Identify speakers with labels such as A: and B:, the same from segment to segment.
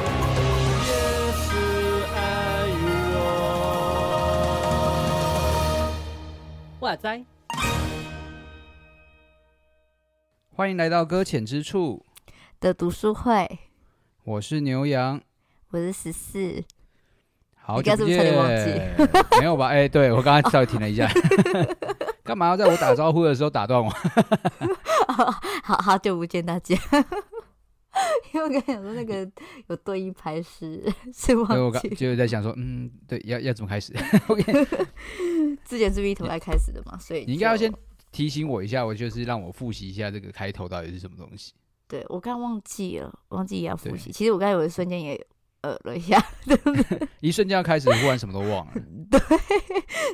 A: 也是爱与我。
B: 哇塞，
A: 欢迎来到搁浅之处，
C: 的读书会，
A: 我是牛羊，
C: 我是十四，
A: 好久不见
C: 你刚才是，
A: 没有吧？哎、对我刚刚稍微停了一下， 干嘛要在我打招呼的时候打 断我？
C: 好好久不见大家。 因为我刚才想说那个有对一排是是
A: 所以我
C: 忘
A: 刚
C: 记
A: 就是在想说，嗯，对，要要怎么开始？
C: 之前是 V 头来开始的嘛，所以
A: 你应该要
C: 就
A: 先提醒我一下，我就是让我复习一下这个开头到底是什么东西。
C: 对我刚刚忘记了，忘记也要复
A: 对
C: 习。其实我刚才有一瞬间也呃了一下，
A: 一瞬间要开始，忽然什么都忘了。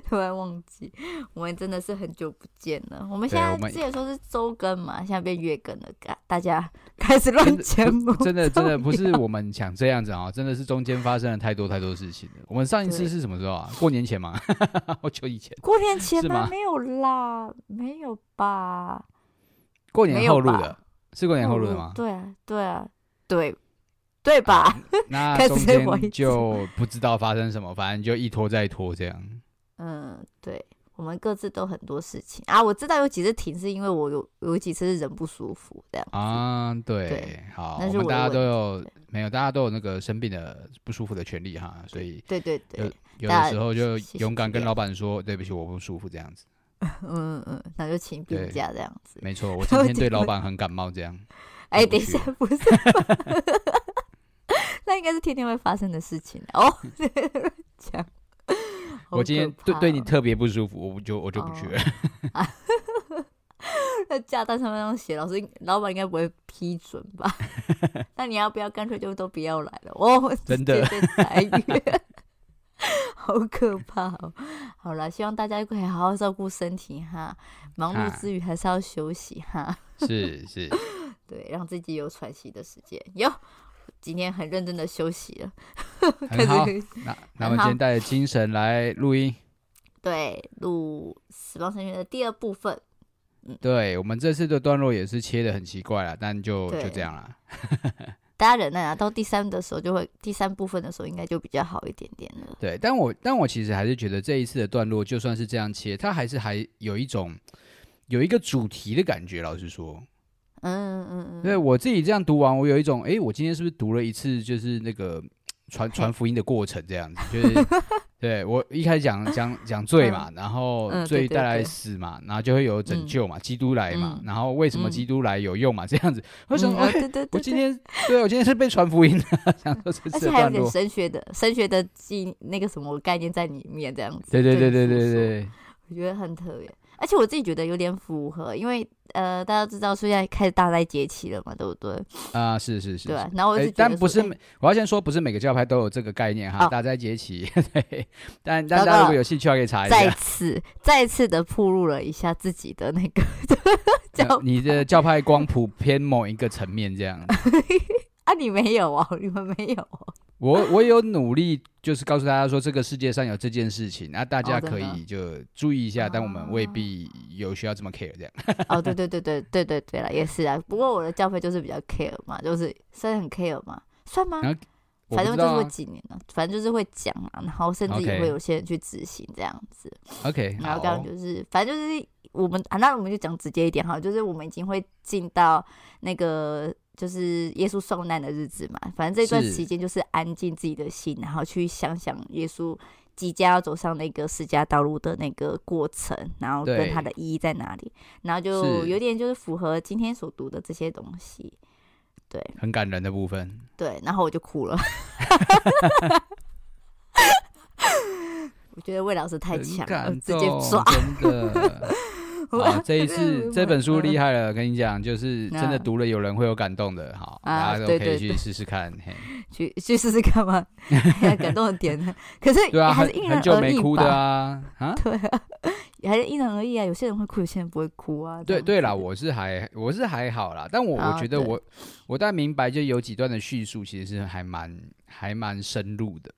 C: 突然忘记，我们真的是很久不见了。我们
A: 对啊
C: 现在
A: 我们
C: 之前说是周更嘛，现在变月更了，嘎大家开始 乱节目，
A: 真的真的
C: 重
A: 不是
C: 要
A: 我们想这样子啊、真的是中间发生了太多太多事情了。我们上一次
C: 对
A: 是什么时候啊？过年前吗？ 好久以前，
C: 过年前
A: 是
C: 吗、
A: 吗
C: 没有啦，没有吧？
A: 过年后录
C: 没有
A: 的，是过年后录的吗？
C: 对啊，对啊，对，对吧？
A: 那
C: 开始
A: 中
C: 怀疑
A: 间就不知道发生什么，反正就一拖再拖这样。
C: 嗯，对，我们各自都很多事情啊。我知道有几次停是因为我有有几次是人不舒服这样子。
A: 啊，对，
C: 对
A: 好，
C: 那
A: 我
C: 是
A: 们
C: 我的
A: 大家
C: 问
A: 都有
C: 对
A: 没有？大家都有那个生病的不舒服的权利哈，所以
C: 对对对，
A: 有
C: 大
A: 的
C: 家
A: 时候就
C: 谢谢
A: 勇敢
C: 体
A: 跟
C: 谅
A: 老板说对不起，我不舒服这样子。
C: 嗯嗯，那就请病
A: 对
C: 假这样子。
A: 没错，我
C: 我
A: 今天
C: 觉
A: 对
C: 得
A: 老板很感冒这样。
C: 哎、
A: 过
C: 等一
A: 去
C: 下，不是，那应该是天天会发生的事情啊哦。 讲，好
A: 我今天
C: 可
A: 对对
C: 怕
A: 你
C: 哦
A: 特别不舒服，我就我就不去了。
C: 在假单上面上写，老师应老板应该不会批准 吧？那你要不要干脆就都不要来了？哦，
A: 真的
C: 直接被裁员， 好可怕哦！好了，希望大家可以好好照顾身体哈，忙
A: 啊
C: 碌之余还是要休息哈，
A: 是是，
C: 对，让自己有喘息的时间。哟，今天很认真的休息了， 开
A: 很好。
C: 始
A: 那那我们今天带着精神来录音。
C: 对录《死亡神学》的第二部分。
A: 对我们这次的段落也是切的很奇怪了，但就
C: 对
A: 就这样啦。
C: 大家忍耐啊，到第三的时候就会，第三部分的时候应该就比较好一点点了。
A: 对，但我但我其实还是觉得这一次的段落就算是这样切，它还是还有一种有一个主题的感觉。老实说，
C: 嗯嗯嗯，
A: 对我自己这样读完，我有一种，诶，我今天是不是读了一次就是那个传 传福音的过程这样子？就是对我一开始讲讲讲罪嘛，然后
C: 嗯
A: 罪
C: 对对
A: 带来
C: 对
A: 死嘛，然后就会有拯
C: 嗯
A: 救嘛，基督来嘛
C: 嗯，
A: 然后为什么
C: 嗯
A: 基督来有用嘛？这样子，我想
C: 嗯
A: 说，
C: 哦
A: 哎
C: 对对对，
A: 我今
C: 对
A: 天对我今天是被传福音的， 想说这
C: 而
A: 次
C: 且
A: 的
C: 还有
A: 段
C: 点
A: 落，
C: 神学的神学的记那个什么概念在里面，这样子。
A: 对对对对
C: 对
A: 对
C: 你复述，
A: 对，
C: 我觉得很特别，而且我自己觉得有点符合，因为呃，大家都知道现在开始大灾节气了嘛，对不对？
A: 啊，是是是
C: 对、
A: 是
C: 啊。。然后我
A: 哎
C: 是觉得说、
A: 但不是
C: 哎
A: 每，我要先说，不是每个教派都有这个概念哈。
C: 哦
A: 大斋节期， 对，但但大
C: 糟
A: 家如
C: 糕
A: 果
C: 了
A: 有兴趣，还可以查一下
C: 哎再。次再次的铺露了一下自己的那个
A: 呃
C: 叫
A: 你的教派光谱偏某一个层面这样。
C: 啊，你没有哦，你们没有哦，
A: 我我有努力，就是告诉大家说这个世界上有这件事情，那、啊大家
C: 哦真
A: 可
C: 的
A: 以就注意一下，但我们未
C: 啊
A: 必有需要这么 care 这样。
C: 哦，对对对对对对对了，也是啊。不过我的教费就是比较 care 嘛，就是虽然很 care 嘛，算吗？
A: 然后我
C: 反
A: 不知
C: 正就是
A: 道啊
C: 会几年了，反正就是会讲嘛，然后甚至
A: OK
C: 也会有些人去执行这样子。
A: 啊 OK，
C: 然后
A: 好
C: 刚刚就是，反正就是我们啊，那我们就讲直接一点哈，就是我们已经会进到那个就是耶稣受难的日子嘛。反正这段
A: 是
C: 期间就是安静自己的心，然后去想想耶稣即将要走上那个世家道路的那个过程，然后跟
A: 对
C: 他的意义在哪里，然后就是有点就是符合今天所读的这些东西。对
A: 很感人的部分。
C: 对，然后我就哭了。 我觉得魏老师太
A: 很
C: 强了，
A: 感
C: 直接
A: 动
C: 抓。
A: 真的。
C: 哦
A: 好，这一次这本书厉害了，跟你讲，就是真的
C: 嗯
A: 读了有人会有感动的，好，
C: 啊
A: 大家都
C: 对
A: 可以
C: 对
A: 去
C: 对
A: 试试看。嘿
C: 去去试试看嘛， 哎呀感动的点呢？ 可是、
A: 对啊，
C: 还
A: 很
C: 是因人
A: 很久
C: 而
A: 没
C: 异
A: 哭
C: 吧，
A: 的 啊，啊，
C: 还是因人而异啊。有些人会哭，有些人不会哭啊。这
A: 对
C: 样
A: 对啦，
C: 子
A: 我是还我是还好啦，但我我
C: 啊
A: 觉得
C: 对
A: 我我大概明白，就有几段的叙述其实是还蛮还蛮深入的，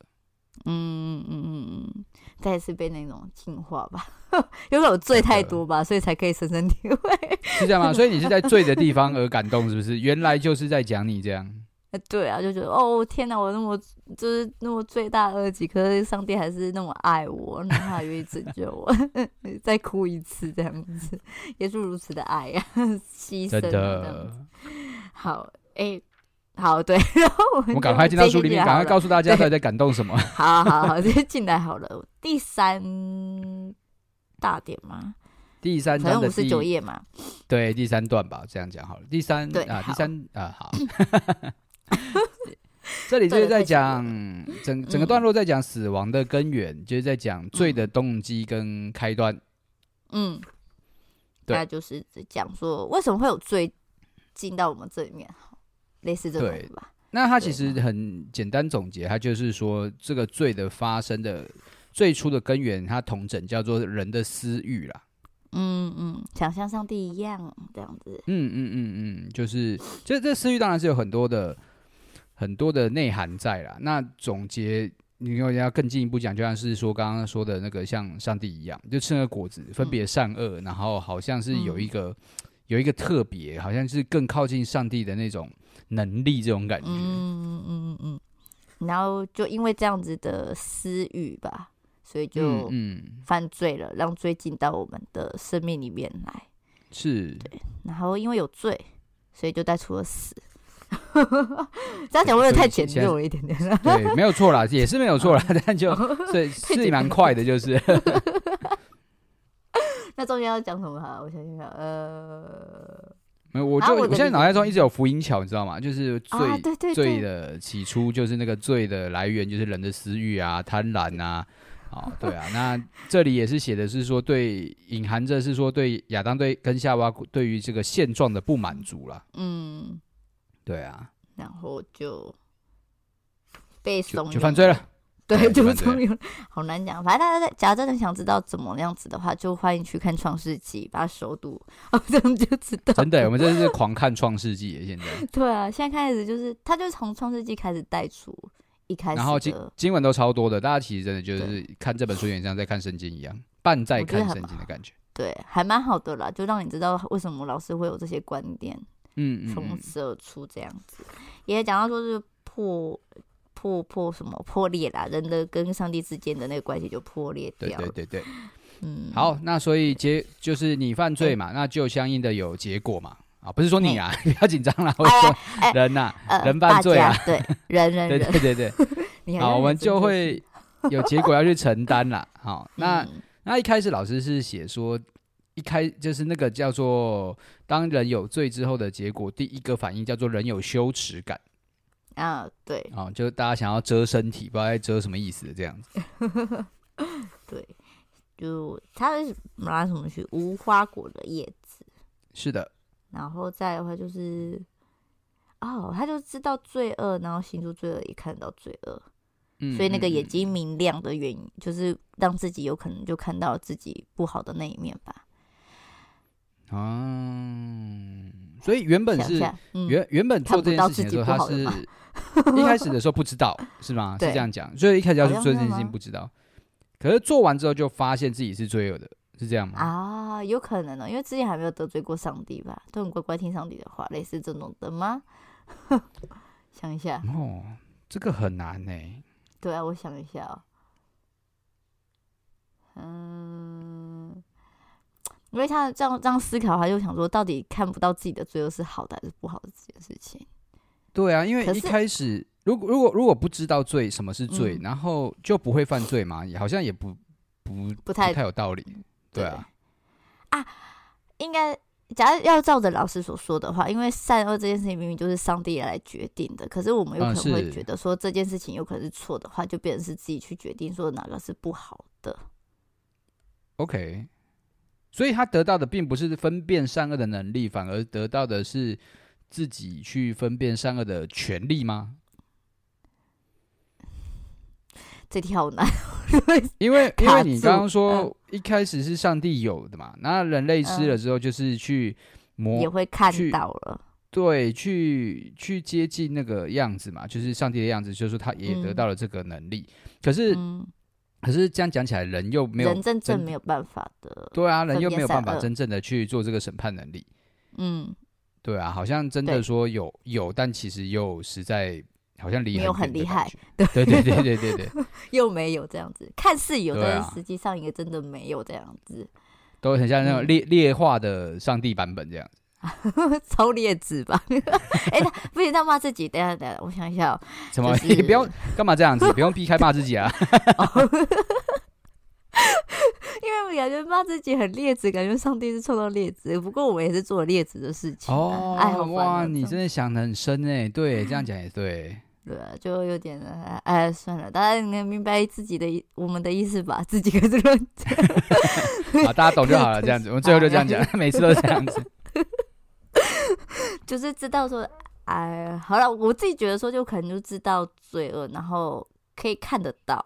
C: 嗯嗯嗯嗯，再一次被那种净化吧， 因为我醉太多吧，所以才可以深深体会。
A: 是这样 吗？所以你是在醉的地方而感动，是不是？原来就是在讲你这样。
C: 对啊，就觉得哦天哪，我那么就是那么罪大恶极，可是上帝还是那么爱我，那他还愿意拯救我， 再哭一次这样子，也是如此的爱呀、 啊，牺牲
A: 真
C: 啊这样
A: 的
C: 子。，好，哎、好，对， 然后我
A: 我
C: 们
A: 们赶快进到 书里面，赶快告
C: 诉，
A: 诉大家到底在感动什么。
C: 好好好， 这进来好了。第三大点嘛，
A: 第三
C: 反
A: 章
C: 正
A: 的
C: 五十九
A: 第
C: 页嘛，
A: 对第三段吧，这样讲好了。第三
C: 对
A: 啊，
C: 好
A: 第三啊，好。 这里就
C: 对
A: 是
C: 了
A: 在
C: 太久
A: 讲整整个
C: 嗯
A: 段落，在讲死亡的根源，就是在讲罪的动机跟开端。
C: 嗯，
A: 对
C: 大家就是讲说为什么会有罪进到我们这里面，类似这
A: 对
C: 种吧。
A: 那他其实很简单总结，他就是说这个罪的发生的最初的根源，它统整叫做人的私欲啦。
C: 嗯嗯，想像上帝一样这样子。
A: 嗯嗯嗯嗯，就是这这私欲当然是有很多的很多的内涵在啦。那总结，你要要更进一步讲，就像是说刚刚说的那个像上帝一样，就吃那个果子，分
C: 嗯
A: 别善恶，然后好像是有一个、有一个特别，好像是更靠近上帝的那种能力这种感觉。
C: 嗯嗯嗯嗯嗯，然后就因为这样子的私欲吧，所以
A: 嗯
C: 就。
A: 嗯，
C: 犯罪了，让罪进到我们的生命里面来。
A: 是
C: 然后因为有罪，所以就带出了死。 这样讲会不会太简
A: 所以现在
C: 陋了一点点了？
A: 对，没有错啦，也是没有错啦，
C: 嗯
A: 但就所 以是蛮快的，就是。
C: 那中间要讲什么哈？我想想看，呃，
A: 没有，我就、
C: 啊我
A: 我
C: 的
A: 现在
C: 理
A: 脑袋
C: 解
A: 中一直有福音桥，你知道吗？就是罪、
C: 啊，对对
A: 罪
C: 对，
A: 的起初就是那个罪的来源，就是人的私欲啊、贪婪 啊。哦，对啊，那这里也是写的是说对，隐含着是说对亚当对跟夏娃对于这个现状的不满足啦。
C: 嗯，
A: 对啊，
C: 然后就被
A: 就
C: 怂
A: 就犯罪
C: 了。
A: 了。
C: 对，
A: 对
C: 就
A: 就
C: 不
A: 犯罪
C: 中有，好难讲。反正大家在，假如真的想知道怎么样子的话，就欢迎去看《创世纪》，把它熟读，哦这样就知道。
A: 真的，我们真的是狂看《创世纪》耶现在。
C: 对啊，现在开始就是，他就从《创世纪》开始带出一开始
A: 然后经
C: 的，
A: 经文都超多的，大家其实真的就是看这本书，有点像在看圣经一样，半在
C: 我觉得
A: 看
C: 还
A: 圣经
C: 蛮
A: 的感觉。
C: 对，还蛮好的啦，就让你知道为什么老师会有这些观点，
A: 嗯嗯
C: 从
A: 嗯，
C: 此而出这样子。也讲到说是破破破什么破裂啦，人的跟上帝之间的那个关系就破裂
A: 对
C: 掉了
A: 对。对对。
C: 嗯，
A: 好，，那所以结就是你犯罪嘛，那就相应的有结果嘛。啊，不是说你啊，你 不要紧张啦，我
C: 哎
A: 说
C: 哎
A: 人 呐、
C: 呃，
A: 人犯罪啊
C: 大家，对，人人
A: 对
C: 人，
A: 对对对，
C: 哎你还
A: 好，
C: 是
A: 我们
C: 很真
A: 就
C: 的是
A: 会有结果要去承担啦。好，那、
C: 嗯
A: 那一开始老师是写说，一开就是那个叫做当人有罪之后的结果，第一个反应叫做人有羞耻感
C: 啊，对
A: 啊、就是大家想要遮身体，不知道在遮什么意思这样子。
C: 对，就他是拿什么去无花果的叶子，
A: 是的，
C: 然后再的话就是，哦，他就知道罪恶，然后行出罪恶，也看得到罪恶，
A: 嗯，
C: 所以那个
A: 嗯
C: 眼
A: 嗯
C: 睛明亮的原因，就是让自己有可能就看到自己不好的那一面吧。
A: 哦，所以原本
C: 想一
A: 是
C: 下，嗯，
A: 原原本做
C: 看不
A: 这件
C: 到
A: 事情的
C: 自己
A: 时候，
C: 不
A: 他
C: 好的
A: 是
C: 嘛
A: 一开始的时候不知 道，是吗？是
C: 对
A: 这样讲，所以一开始要
C: 好
A: 去
C: 像
A: 做
C: 是
A: 这件事情
C: 吗
A: 不知道，可是做完之后就发现自己是罪恶的，是这样吗？
C: 啊，有可能呢，因为之前还没有得罪过上帝吧，都很乖乖听上帝的话，类似这种的吗？ 想一下，
A: 哦，这个很难呢、
C: 对啊，我想一下哦。嗯，因为他这样这样思考，他就想说，到底看不到自己的罪恶是好的还是不好的这件事情。
A: 对啊，因为
C: 可
A: 一
C: 是
A: 开始如果如果如果不知道罪什么是罪，
C: 嗯
A: 然后就不会犯罪嘛，也好像也不不
C: 不太
A: 有道理。对啊，
C: 应该，假如要照着老师所说的话，因为善恶这件事情明明就是上帝来决定的，可是我们有
A: 嗯
C: 可能会
A: 是
C: 觉得说这件事情有可能是错的话，就变成是自己去决定说哪个是不好的。
A: OK，所以他得到的并不是分辨善恶的能力，反而得到的是自己去分辨善恶的权利吗？
C: 这题好难，
A: 因为因
C: 卡
A: 为你
C: 住嗯
A: 刚刚说一开始是上帝有的嘛，那人类吃了之后就是去
C: 也
A: 磨
C: 会看
A: 去
C: 到了。
A: 对，去去接近那个样子嘛，就是上帝的样子，就是说他也得到了这个能力。可是，
C: 嗯，
A: 可是这样讲起来，人又没有
C: 人真正没
A: 有
C: 有办法的，
A: 对啊，人
C: 分
A: 又
C: 辨
A: 没有办
C: 善
A: 法
C: 恶
A: 真正的去做这个审判能力。
C: 嗯，
A: 对啊，好像真的
C: 对
A: 说有有，但其实又实在好像离
C: 没有
A: 很远
C: 很
A: 的
C: 厉
A: 感
C: 害
A: 觉。对对对对对对，
C: 又没有这样子，看似有，
A: 对
C: 但
A: 啊
C: 是实际上也真的没有这样子，
A: 都很像那种
C: 嗯
A: 劣劣化的上帝版本这样。
C: 超劣质吧？ 哎、他不行，他骂自己，等一下等一下，我想一下哦、
A: 什么？
C: 就是
A: 你 不用干嘛这样 子？不用避开骂自己啊？
C: 因为感觉骂自己很劣质，感觉上帝是创造劣质，不过我们也是做了劣质的事情、啊， 哎，好
A: 哦
C: 烦，
A: 哇，
C: 哦嗯
A: 你
C: 这
A: 真
C: 样
A: 的想的很深哎。对，这样讲也对。
C: 对啊，就有点哎，算了，大家能明白自己的意我们的意思吧，自己可是乱讲。
A: 好，大家懂就好了。这 样子，我们最后就这样讲， 每次都是这样子。
C: 就是知道说，哎，好了，我自己觉得说，就可能就知道罪恶，然后可以看得到，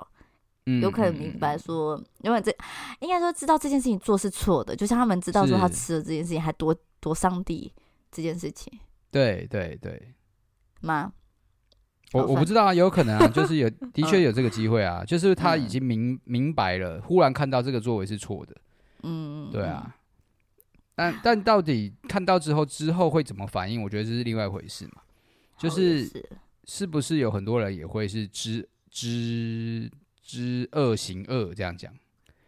A: 嗯，
C: 有可能明白说，因为这应该说知道这件事情做是错的，就像他们知道说他
A: 是
C: 吃了这件事情，还夺夺上帝这件事情
A: 对对对，
C: 吗？
A: 我
C: 好
A: 我不
C: 烦
A: 知道啊，有可能啊， 就是有，的确
C: 嗯
A: 有这个机会啊，就是他已
C: 嗯
A: 经明明白了，忽然看到这个作为是错的，
C: 嗯，
A: 对啊。但但到底看到之后，之后会怎么反应，我觉得这是另外一回事嘛。就
C: 好哦也
A: 是是不是有很多人也会是知知知恶行恶这样讲？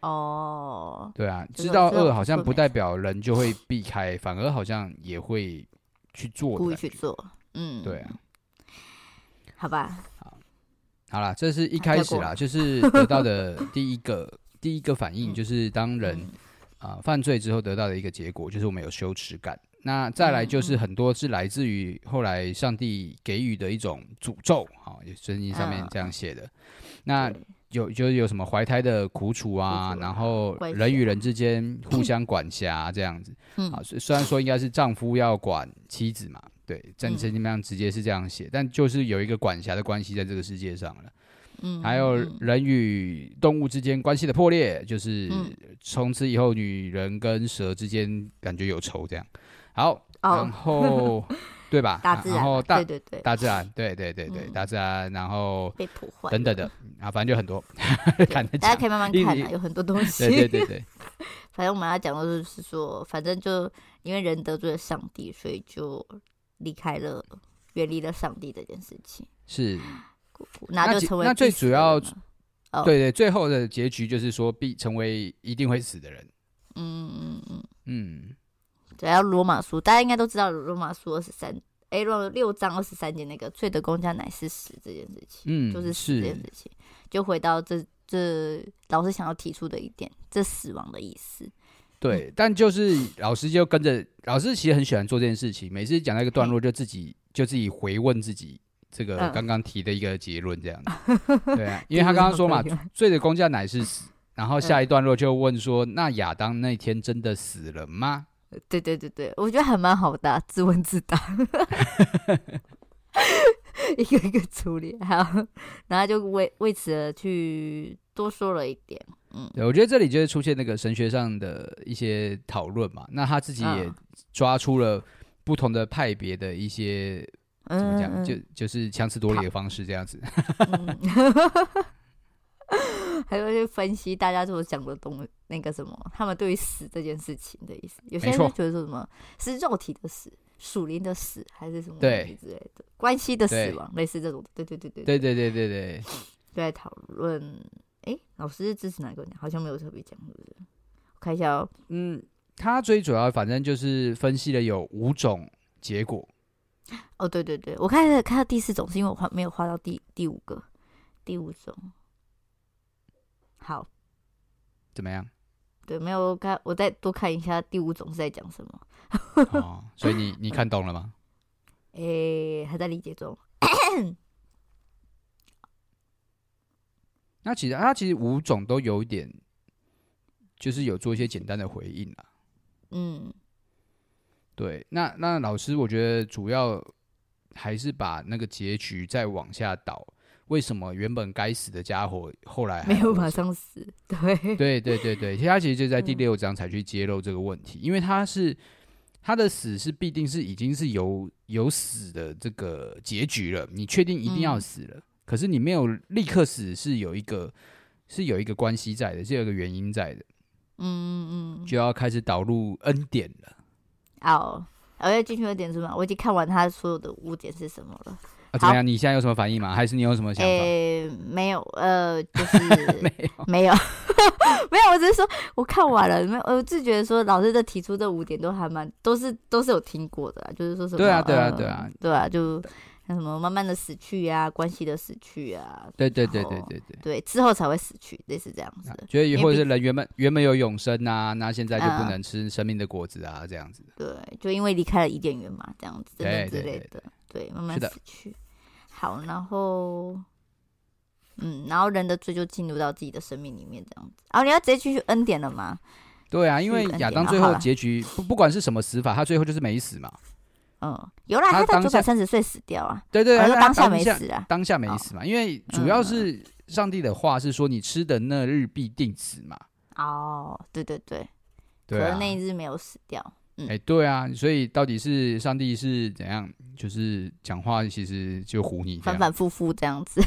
C: 哦，
A: 对啊，
C: 这
A: 知
C: 个
A: 道
C: 这个
A: 恶好像
C: 不
A: 不
C: 没
A: 代表人就会避开，反而好像也会去做的
C: 故意
A: 感
C: 去
A: 觉。
C: 做，嗯，
A: 对啊，
C: 好吧，
A: 好啦，这是一
C: 啊
A: 开
C: 跳
A: 始
C: 过
A: 啦，
C: 了
A: 就是得到的第一个第一个反应，
C: 嗯
A: 就是当人
C: 嗯
A: 啊、犯罪之后得到的一个结果，就是我们有羞耻感。那再来就是
C: 嗯嗯
A: 很多是来自于后来上帝给予的一种诅咒，好、也圣经上面
C: 嗯
A: 这样写的。那
C: 对
A: 有就是有什么怀胎的苦楚啊，
C: 苦楚啊
A: 然后
C: 关系
A: 人与
C: 啊
A: 人之间互相管辖这样子。
C: 嗯
A: 啊，虽虽然说应该是丈夫要管妻子嘛，对，在
C: 嗯
A: 圣经上直接是这样写，但就是有一个管辖的关系在这个世界上了。
C: 嗯，
A: 还有
C: 嗯
A: 人与动物之间关系的破裂，就是
C: 嗯
A: 从此以后女人跟蛇之间感觉有仇这样。好，然
C: 哦，
A: 后对吧？
C: 大
A: 啊
C: 自然
A: 然
C: 嘛，
A: 后大
C: 对对对，
A: 大自然，对对对对，
C: 嗯
A: 大自然，然后
C: 被破坏
A: 等等
C: 了
A: 的啊，反正就很 多，
C: 对
A: 看得
C: 大家
A: 讲
C: 可以慢慢
A: 一
C: 看
A: 直
C: 啊，有很多东西。
A: 对对对对，
C: 反正我们要讲的就是说，反正就因为人得罪了上帝，所以就离开了，远离了上帝这件事情，
A: 是，
C: 那就
A: 其
C: 成为
A: 那最
C: 必死
A: 主要
C: 的人了哦
A: 对对，最后的结局就是说必成为一定会死的人。
C: 嗯嗯嗯，
A: 嗯，
C: 对，要罗马书，大家应该都知道罗马书二十三，哎，罗六章二十三节那个罪的公价乃是死这件事情，
A: 嗯
C: 就是死这件
A: 是
C: 事情，就回到这这老师想要提出的一点，这死亡的意思，
A: 对，但就是老师就跟着老师，其实很喜欢做这件事情。每次讲到一个段落，就自己就自己回问自己这个
C: 嗯
A: 刚刚提的一个结论，这样子。对啊，因为他刚刚说 嘛，罪的公价乃是死。然后下一段落就问说，那亚当那天真的死了吗？
C: 对对对对，我觉得还蛮好的啊、自问 自答，一个一个处理，好，然后就为为此而去多说了一点，
A: 对，我觉得这里就会出现那个神学上的一些讨论嘛。那他自己也
C: 嗯
A: 抓出了不同的派别的一些
C: 嗯，
A: 怎么讲，就
C: 嗯
A: 就是强词夺理的方式这样子。
C: 嗯 还有去分析大家所讲的东那个什么，他们对于死这件事情的意思，有些
A: 没
C: 人就
A: 错
C: 觉得说什么是肉体的死、属灵的死，还是什么
A: 对
C: 东西之类的关系的死
A: 对
C: 亡，类似这种，对对对对
A: 对对对对对，
C: 就在讨论，诶，老师是支持哪个？好像没有特别讲，是不是？我看一下哦，
A: 嗯，他最主要反正就是分析了有五种结果，
C: 哦，对对对，我看了看到第四种，是因为我画没有画到第第五个，第五种。好，
A: 怎么 样？
C: 对，没有看，我再多看一下第五种是在讲什么。
A: 哦，所以你你看懂了吗？
C: 诶，还在理解中。
A: 那其实他其实五种都有一点，就是有做一些简单的回应啊。
C: 嗯，
A: 对，那那老师我觉得主要还是把那个结局再往下导，为什么原本该死的家伙后来还
C: 没
A: 活
C: 有马
A: 着
C: 上死， 对，
A: 对对对对，其实他其实就在第
C: 嗯
A: 六章才去揭露这个问题，因为他是他的死是必定是已经是有有死的这个结局了，你确定一定
C: 嗯
A: 要死了，可是你没有立刻死是有一个是有一个关系在的，是有一个原因在的，
C: 嗯嗯嗯，
A: 就要开始导入恩典了。
C: 哦，我要进去的点是什么？我已经看完他所有的污点是什么了。
A: 啊，怎么
C: 好
A: 样？你现在有什么反应吗？还是你有什么想法？
C: 诶、没有， 呃，就是
A: 没有，
C: 没有， 没有，我只是说我看完了，没有，我就觉得说老师的提出这五点都还蛮，都是都是有听过的啦，就是说什么，
A: 对啊对啊
C: 呃
A: 对啊
C: 对啊，就像什么慢慢的死去啊，关系的死去啊，
A: 对对对
C: 然
A: 对
C: 后
A: 对对。
C: 对，之后才会死去，类似这样子
A: 啊
C: 的，
A: 觉得
C: 因
A: 以
C: 为
A: 后
C: 毕
A: 是人原本原本有永生啊，那现在就不
C: 嗯
A: 能吃生命的果子啊，这样子。
C: 对，就因为离开了伊甸园嘛，这样子等
A: 哎对
C: 等之
A: 对
C: 类
A: 对
C: 的，对，慢慢
A: 是的
C: 死去。好，然后，嗯，然后人的罪就进入到自己的生命里面，这样子。哦，你要直接去恩典了吗？
A: 对啊，因
C: 是
A: 为
C: 恩
A: 亚
C: 典
A: 当
C: 啊
A: 最
C: 好
A: 后
C: 啦
A: 结局不不管是什么死法，他最后就是没死嘛。
C: 嗯，有啦，
A: 他
C: 他在
A: 当
C: 九
A: 下
C: 百三十岁死掉啊，
A: 对对，
C: 哦
A: 他
C: 就
A: 他
C: 当下
A: 当
C: 没
A: 下
C: 死啊。
A: 当下没
C: 哦
A: 死嘛，因为主要
C: 嗯
A: 是上帝的话是说你吃的那日必定死嘛。
C: 哦，对对对，
A: 对
C: 可
A: 啊
C: 能，那一日没有死掉。嗯
A: 哎，对啊，所以到底是上帝是怎样？就是讲话其实就唬你这
C: 反
A: 样。
C: 反复复这样子。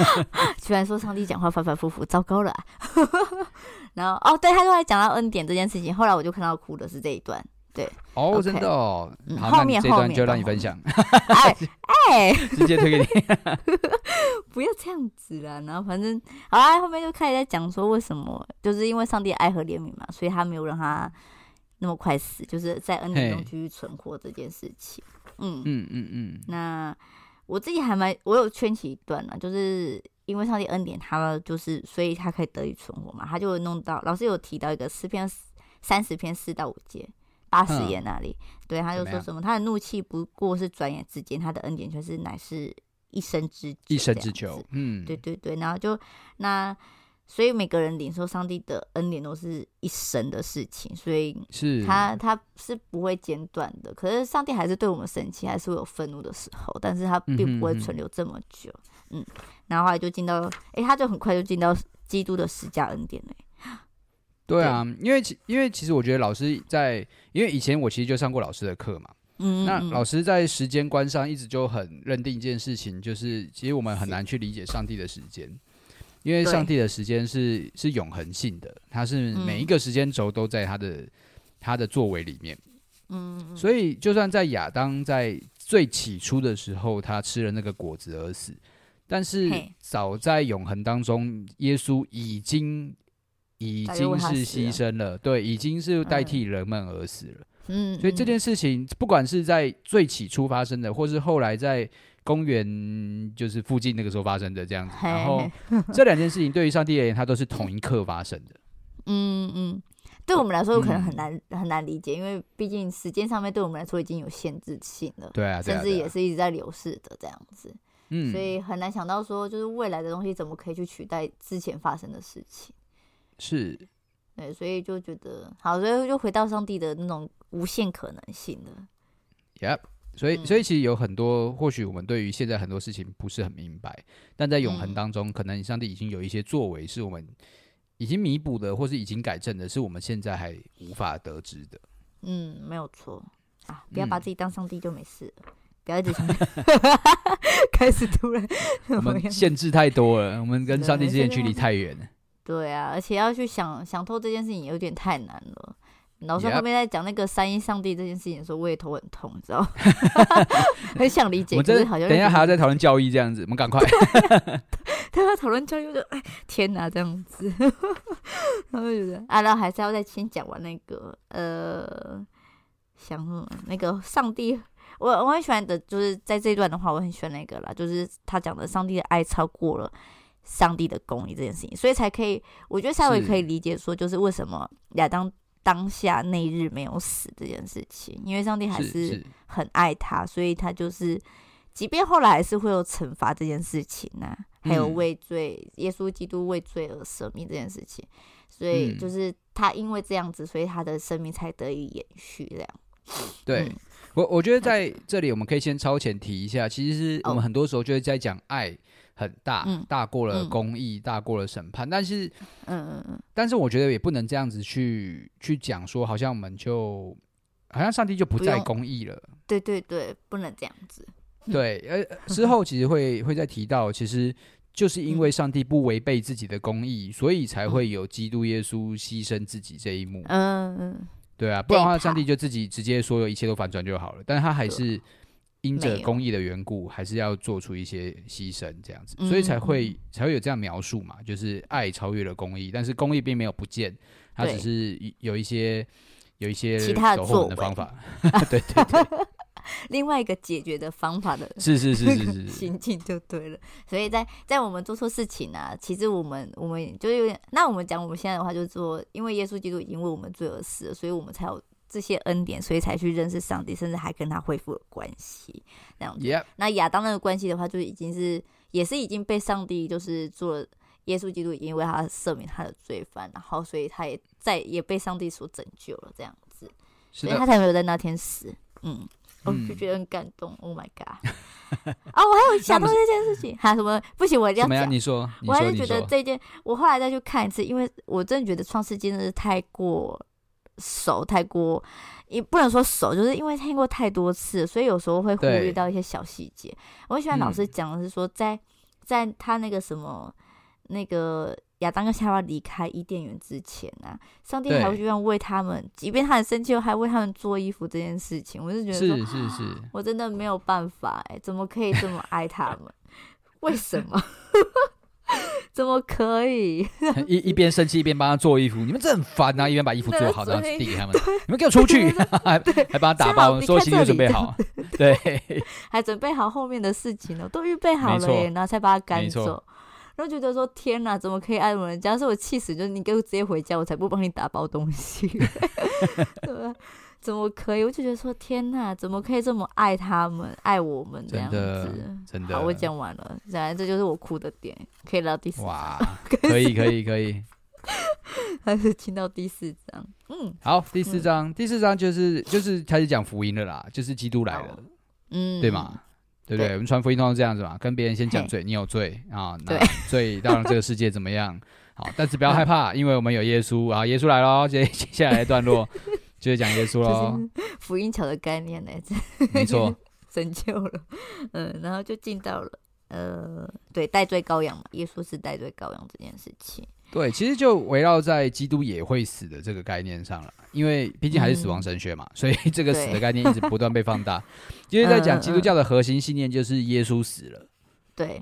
C: 居然说上帝讲话反反复复，糟糕了啊、 然后哦，对，他刚才讲到恩典这件事情，后来我就看到哭的是这 一段。
A: 哦，
C: ，OK
A: 真的哦。
C: 嗯
A: 好，
C: 后
A: 那你
C: 面
A: 这
C: 后
A: 段
C: 面
A: 就
C: 到
A: 让你
C: 后
A: 分
C: 面
A: 享，
C: 哎哎，
A: 直接推 给你。
C: 不要这样子啦。然后反正好啦，后面就开始在讲说为什么，就是因为上帝的爱和怜悯嘛，所以他没有让他那么快死，就是在恩典
A: 嘿
C: 中继续存活这件事情。嗯，
A: 嗯嗯嗯，
C: 那我自己还蛮，我有圈起一段呢，就是因为上帝恩典他，就是所以他可以得以存活嘛，他就弄到老师有提到一个诗篇三十篇四到五节。八十
A: 嗯
C: 页那里，对，他
A: 怎
C: 就
A: 么
C: 说
A: 样
C: 什么他的怒气不过是转眼之间，他的恩典却是乃是一生之久
A: 一生
C: 这
A: 之
C: 样
A: 久
C: 子。
A: 嗯，
C: 对对对，然后就那，所以每个人领受上帝的恩典都是一生的事情，所以
A: 是
C: 他他是不会间断的。可是上帝还是对我们生气，还是会有愤怒的时候，但是他并不
A: 嗯
C: 会
A: 哼嗯哼
C: 存留这么久。嗯然后后来就进到，诶，他就很快就进到基督的十架恩典嘞。
A: 对啊，因为其因为其实我觉得老师在，因为以前我其实就上过老师的课嘛，
C: 嗯，
A: 那
C: 嗯
A: 老师在时间观上一直就很认定一件事情，就是其实我们很难去理解上帝的时间，因为
C: 对
A: 上帝的时间是是永恒性的，它是
C: 嗯
A: 每一个时间轴都在他的、他的作为里面，
C: 嗯嗯嗯
A: 所以就算在亚当在最起初的时候，他吃了那个果子而死，但是
C: 嘿
A: 早在永恒当中，耶稣已经已
C: 早就
A: 经
C: 为他
A: 是
C: 死了
A: 牺牲了，对，已经是代替人们而死了。
C: 嗯，
A: 所以这
C: 嗯
A: 件事情，不管是在最起初发生的，或是后来在公园就是附近那个时候发生的这样子，
C: 嗯嘿
A: 然后
C: 嘿
A: 这两件事情对于上帝而言，它都是同一刻发生的。
C: 嗯嗯，对我们来说可能很
A: 嗯
C: 难、很难理解，因为毕竟时间上面对我们来说已经有限制性了，
A: 对啊，对
C: 甚
A: 啊，
C: 至
A: 对
C: 也
A: 啊
C: 是一直在流逝的这样子，
A: 嗯
C: 所以很难想到说就是未来的东西怎么可以去取代之前发生的事情。
A: 是
C: 对，所以就觉得好，所以就回到上帝的那种无限可能性了。
A: Yep，所以
C: 嗯
A: 所以其实有很多，或许我们对于现在很多事情不是很明白，但在永恒
C: 嗯
A: 当中，可能上帝已经有一些作为是我们已经弥补的，或是已经改正的，是我们现在还无法得知 的。
C: 嗯，没有错啊，不要把
A: 嗯
C: 自己当上帝就没事了。不要一直 想， 开始突然
A: 我
C: 怎 么
A: 们
C: 样？
A: 限制太多了，我们跟上帝之间
C: 对
A: 距离太远了。
C: 对啊，而且要去想想透这件事情有点太难了。老师
A: Yep
C: 后面在讲那个三一上帝这件事情的时候，我也头很痛，你知道吗？ 很想理
A: 我
C: 解，
A: 们
C: 可
A: 真
C: 是
A: 的
C: 好像
A: 等一下还要
C: 在
A: 再讨论教义这样子，我们赶快。
C: 他要讨论教育，我就哎天哪这样子， 然后就觉得啊，然后还是要再先讲完那个呃，想什么那个上帝，我我很喜欢的，就是在这一段的话，我很喜欢那个啦，就是他讲的上帝的爱超过了。上帝的公义这件事情，所以才可以，我觉得稍微
A: 是
C: 可以理解说，就是为什么亚当当下那一日没有死这件事情，因为上 帝还
A: 是是，
C: 很爱他，所以他就是，即便后来还是会有惩罚这件事情呐、还有
A: 嗯
C: 为罪，耶稣基督为罪而舍命这件事情，所以
A: 嗯
C: 就是他因为这样子，所以他的生命才得以延续这样。
A: 对
C: 嗯
A: 我我觉得在这里我们可以先超前提一下，其实我们
C: 哦
A: 很多时候就是在讲爱很大，
C: 嗯
A: 大过了
C: 嗯
A: 公义，大过了审判，但是。
C: 嗯嗯嗯，
A: 但是我觉得也不能这样子去去讲说，好像我们就好像上帝就不
C: 不
A: 再
C: 用嗯
A: 公义了。
C: 对对对，不能这样子。
A: 对， 呃，之后其实会会再提到，其实就是因
C: 嗯
A: 为上帝不违背自己的公义，所以才会有基督耶稣牺牲自己这一幕。
C: 嗯嗯，
A: 对啊，不然的话，
C: 对他
A: 上帝就自己直接所有一切都反转就好了。但是他还是因着
C: 啊没有
A: 公益的缘故，还是要做出一些牺牲，这样
C: 嗯
A: 子，所以才会、才会有这样描述嘛，就是爱超越了公益，但是公益并没有不见，它
C: 对
A: 只是有一些有一些
C: 其他的
A: 走后门的
C: 作
A: 方
C: 为
A: 法。 对对对，
C: 另外一个解决的方法的
A: 是是是是 是是，
C: 心境就对了。 所以在在我们做错事情啊，其实我们我们就有点，那我们讲我们现在的话，就是说，因为耶稣基督已经为我们罪而死了，所以我们才有这些恩典，所以才去认识上帝，甚至还跟他恢复了关系。这样子，
A: 耶、
C: 那亚当那个关系的话，就已经是也是已经被上帝就是做了。耶稣基督已经为他赦免他的罪犯，然后所以他也在也被上帝所拯救了，这样子，
A: 是
C: 所以
A: 的，
C: 他才没有在那天死。嗯，我
A: 嗯
C: 就觉得很感动。Oh my god！啊， 我还有想到这件事情，还有什么不行，我一
A: 怎
C: 定要
A: 么样？
C: 讲。
A: 你说，你
C: 我还
A: 说，
C: 是
A: 你
C: 觉得
A: 说，
C: 这件，我后来再去看一次，因为我真的觉得《创世纪》真的是太过熟，太过也不能说熟，就是因为听过太多次，所以有时候会忽
A: 对
C: 略到一些小细节。我很喜欢老师
A: 嗯
C: 讲的是说，在在他那个什么那个亚当跟夏娃离开伊甸园之前啊，上帝还
A: 对
C: 会居然为他们，即便他很生气，还为他们做衣服这件事情，我就觉得说
A: 是是是，
C: 我真的没有办法哎、怎么可以这么爱他们？为什么？ 怎么可以？
A: 一一边生气一边帮他做衣服，你们真的很烦啊！一边把衣服做好，
C: 对
A: 然后
C: 所以
A: 递给 他们，你们给我出去， 还还帮他打包，
C: 幸好你
A: 所有行李都
C: 看这
A: 准备
C: 里
A: 好。对，
C: 还准备好后面的事情了，都预备好
A: 没
C: 了
A: 错
C: 耶，然后才把他赶
A: 没错
C: 走。然后觉得说天哪，怎么可以爱人家？是我气死，就是你给我直接回家，我才不帮你打包东西。 对吧？怎么可以？我就觉得说天哪，怎么可以这么爱他们，爱我们这
A: 真
C: 样
A: 的
C: 子？
A: 真的。
C: 好，我讲完了，当然这就是我哭的点，可以到第四 章，
A: 哇，可以可以可 以。
C: 还是听到第四章？嗯
A: 好，第四章，第四章就是就是开始讲福音了啦，就是基督来了，
C: 嗯，
A: 对吗？对不对？
C: 对
A: 我们传福音通常这样子嘛，跟别人先讲
C: 嘿
A: 罪，你有 罪啊，那
C: 对
A: 罪让这个世界怎么 样？好，但是不要害怕，
C: 嗯
A: 因为我们有耶稣啊，耶稣来喽。接接下来的段 落就是讲耶稣喽，
C: 就是福音桥的概念呢，这
A: 没错。
C: 拯救了，嗯，然后就进到了，呃，对，戴罪羔羊嘛，耶稣是戴罪羔羊这件事情，
A: 对，其实就围绕在基督也会死的这个概念上了，因为毕竟还是死亡神学嘛，所以这个死的
C: 对
A: 概念一直不断被放大。 因为在讲基督教的核心信念就是耶稣死了，
C: 对，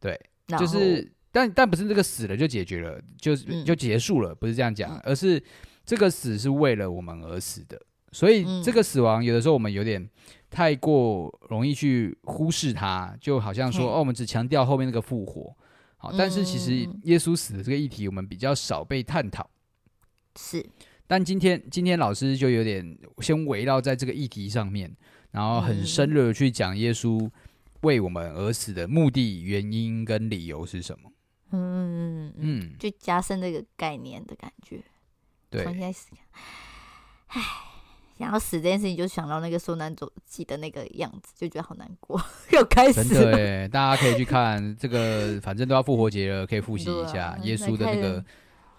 A: 对，
C: 然后
A: 就是但但不是这个死了就解决了，就是
C: 嗯
A: 就结束了，不是这样讲
C: 嗯，
A: 而是这个死是为了我们而死的，所以
C: 嗯
A: 这个死亡有的时候我们有点太过容易去忽视它，就好像说
C: 嘿
A: 哦，我们只强调后面那个复活。好，但是其实
C: 嗯
A: 耶稣死的这个议题，我们比较少被探讨。
C: 是，
A: 但今天今天老师就有点先围绕在这个议题上面，然后很
C: 嗯
A: 深入的去讲耶稣为我们而死的目的、原因跟理由是什么。
C: 嗯嗯嗯，
A: 嗯，
C: 就加深这个概念的感觉，
A: 对
C: 从，现在死，唉，想要死这件事情，就想到那个受难者记的那个样子，就觉得好难过， 又开始
A: 真 的
C: 了
A: 哎，大家可以去看这个，反正都要复活节了，可以复习一
C: 对
A: 下
C: 啊
A: 耶稣的
C: 来
A: 那
C: 看
A: 个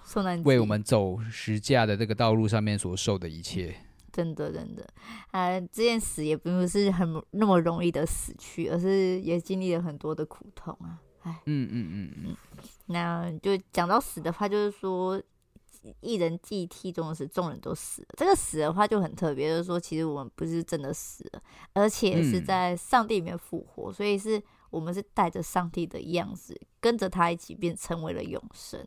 C: 受难
A: 为
C: 记
A: 我们走十架的这个道路上面所受的一切。
C: 真的真的，啊、这件死也不是很那么容易的死去，而是也经历了很多的苦痛啊。哎，
A: 嗯嗯嗯嗯，
C: 那就讲到死的话，就是说一人既替众人死，众人都死了。这个死的话就很特别，就是说其实我们不是真的死了，而且是
A: 嗯
C: 在上帝里面复活，所以是我们是带着上帝的样子，跟着他一起变成为了永生。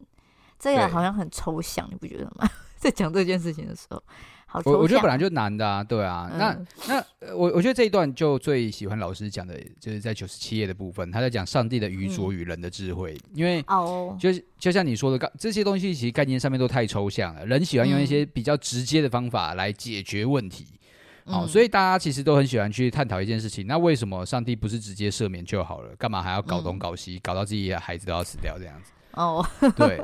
C: 这
A: 对
C: 个好像很抽象，你不觉得吗？ 在讲这件事情的时候，好抽
A: 嗯
C: 象。
A: 我我觉得本来就难的啊，对啊。那
C: 嗯
A: 那呃我我觉得这一段就最喜欢老师讲的，就是在九十七页的部分，他在讲上帝的愚
C: 嗯
A: 拙与人的智慧，因为
C: 哦，
A: 就就像你说的，刚这些东西其实概念上面都太抽象了，人喜欢
C: 嗯
A: 用一些比较直接的方法来解决问题。好、所
C: 以
A: 以大家其实都很喜欢去探讨一件事情，那为什么上帝不是直接赦免就好了？干嘛还要搞东搞西，搞到自己的孩子都要死掉这样子？
C: 哦，
A: 对，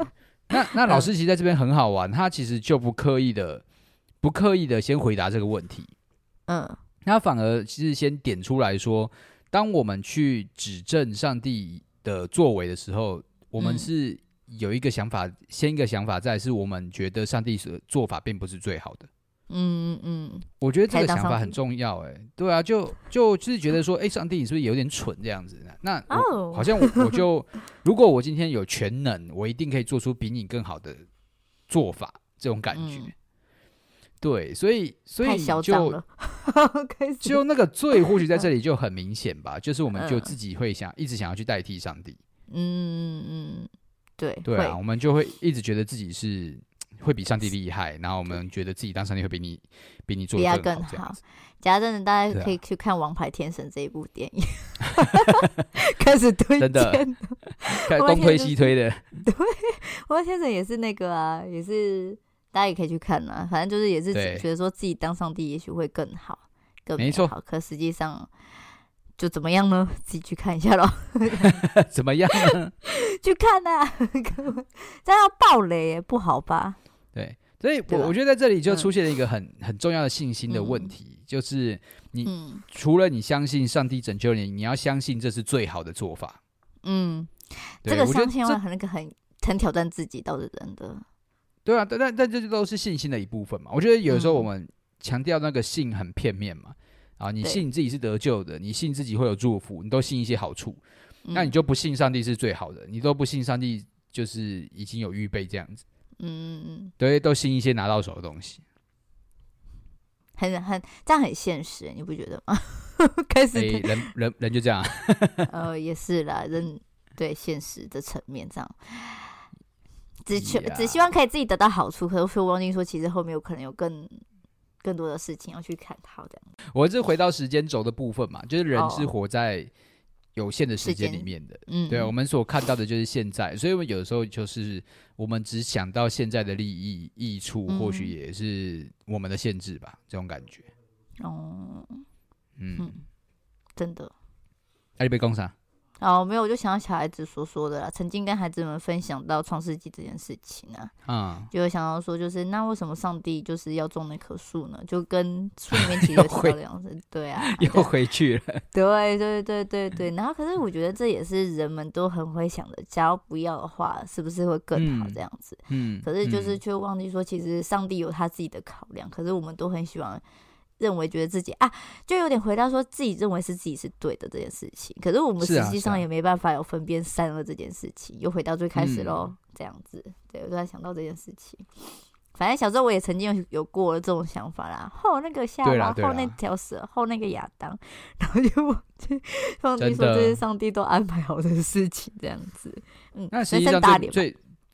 A: 那那老师其实在这边很好玩，他其实就不刻意的不刻意的先回答这个问题，
C: 嗯
A: 他反而是先点出来说，当我们去指正上帝的作为的时候，我们
C: 嗯
A: 是有一个想法，先一个想法在，是我们觉得上帝的做法并不是最好的。
C: 嗯嗯
A: 我觉得这
C: 开
A: 个
C: 当
A: 想法
C: 上
A: 很
C: 帝
A: 重要、哎，对啊，就就就是觉得说，哎、上帝，你是不是有点蠢这样子？那
C: 嗯，
A: 我
C: 哦，
A: 好像我我就，如果我今天有全能，我一定可以做出比你更好的做法，这种感觉。
C: 嗯
A: 对，所以所
C: 太
A: 以
C: 嚣张
A: 就
C: 了， 开始
A: 就那个罪，或许在这里就很明显吧，就是我们就
C: 嗯
A: 自己会想一直想要去代替上帝，
C: 嗯嗯，对
A: 对啊，
C: 会
A: 我们就会一直觉得自己是会比上帝厉害，然后我们觉得自己当上帝会比你比你做
C: 比他
A: 的
C: 更
A: 这样
C: 好
A: 子。
C: 假真的，大
A: 对
C: 家
A: 啊
C: 可以去看《王牌天神》这一部 电影，开始推
A: 真的
C: 荐。
A: 看
C: 我
A: 东
C: 现在
A: 推
C: 就
A: 西推的，
C: 王牌天神也是那个啊，也是大家也可以去看啊。反正就是也是
A: 对
C: 觉得说自己当上帝也许会更好，更
A: 没
C: 美
A: 错
C: 好。可实际上就怎么样呢？自己去看一下咯，
A: 怎么样呢？
C: 去看呐、啊， 各位这样要爆雷耶，不好吧？
A: 对，所以
C: 对
A: 我
C: 吧
A: 我觉得在这里就
C: 嗯
A: 出现了一个很、很重要的信心的问题，就是你
C: 嗯
A: 除了你相信上帝拯救你，你要相信这是最好的做法。
C: 嗯，
A: 对
C: 这个
A: 我觉得
C: 上千
A: 这
C: 万很那个很很挑战自己，倒是真的。
A: 对啊，但但但这都是信心的一部分嘛。我觉得有时候
C: 嗯
A: 我们强调那个信很片面嘛，啊，你
C: 对
A: 信自己是得救的，你信自己会有祝福，你都信一些好处，那
C: 嗯
A: 你就不信上帝是最好的，你都不信上帝就是已经有预备这样子，
C: 嗯嗯嗯。
A: 对，都信一些拿到手的东西。
C: 很很这样很现实，你不觉得吗？ 开始
A: 哎、人人人就这样啊，
C: 呃也是啦，人对现实的层面这样，只求
A: Yeah
C: 只希望可以自己得到好处，可是我忘记说，其实后面有可能有更更多的事情要去看好这样。
A: 我是回到时间轴的部分嘛，就是人
C: 哦
A: 是活在有限的时
C: 时
A: 间
C: 间
A: 里面的。
C: 嗯，
A: 对啊，我们所看到的就是现在，所以我们有时候就是我们只想到现在的利益益处，
C: 嗯
A: 或许也是我们的限制吧，这种感觉。
C: 哦，
A: 嗯，
C: 嗯真的。
A: 那、你被攻上，
C: 哦，没有，我就想要小孩子所说的啦。曾经跟孩子们分享到创世纪这件事情啊，
A: 嗯，
C: 就有想到说，就是那为什么上帝就是要种那棵树呢？就跟书里面其实有
A: 又
C: 提到
A: 会
C: 的样子，对啊，
A: 又
C: 对啊
A: 回去 了。
C: 对对对对对，然后可是我觉得这也是人们都很会想的，假如不要的话，是不是会更好
A: 嗯
C: 这样子？
A: 嗯，
C: 可是就是
A: 嗯
C: 却忘记说，其实上帝有他自己的考量，可是我们都很喜欢认为觉得自己啊，就有点回到说自己认为是自己是对的这件事情，可是我们
A: 是
C: 实
A: 啊
C: 际
A: 是啊
C: 上也没办法有分辨善恶这件事情，又回到最开始
A: 嗯
C: 喽，这样子，对我突然想到这件事情。反正小时候我也曾经有有过这种想法啦，后那个夏
A: 对啦
C: 娃，
A: 对
C: 后那
A: 啦
C: 条蛇，后那个亚当，然后就忘记 上帝
A: 真
C: 说
A: 的
C: 这是上帝都安排好的事情，这样子，嗯，
A: 那实
C: 深
A: 际
C: 深
A: 上
C: 打
A: 最
C: 脸吧，
A: 最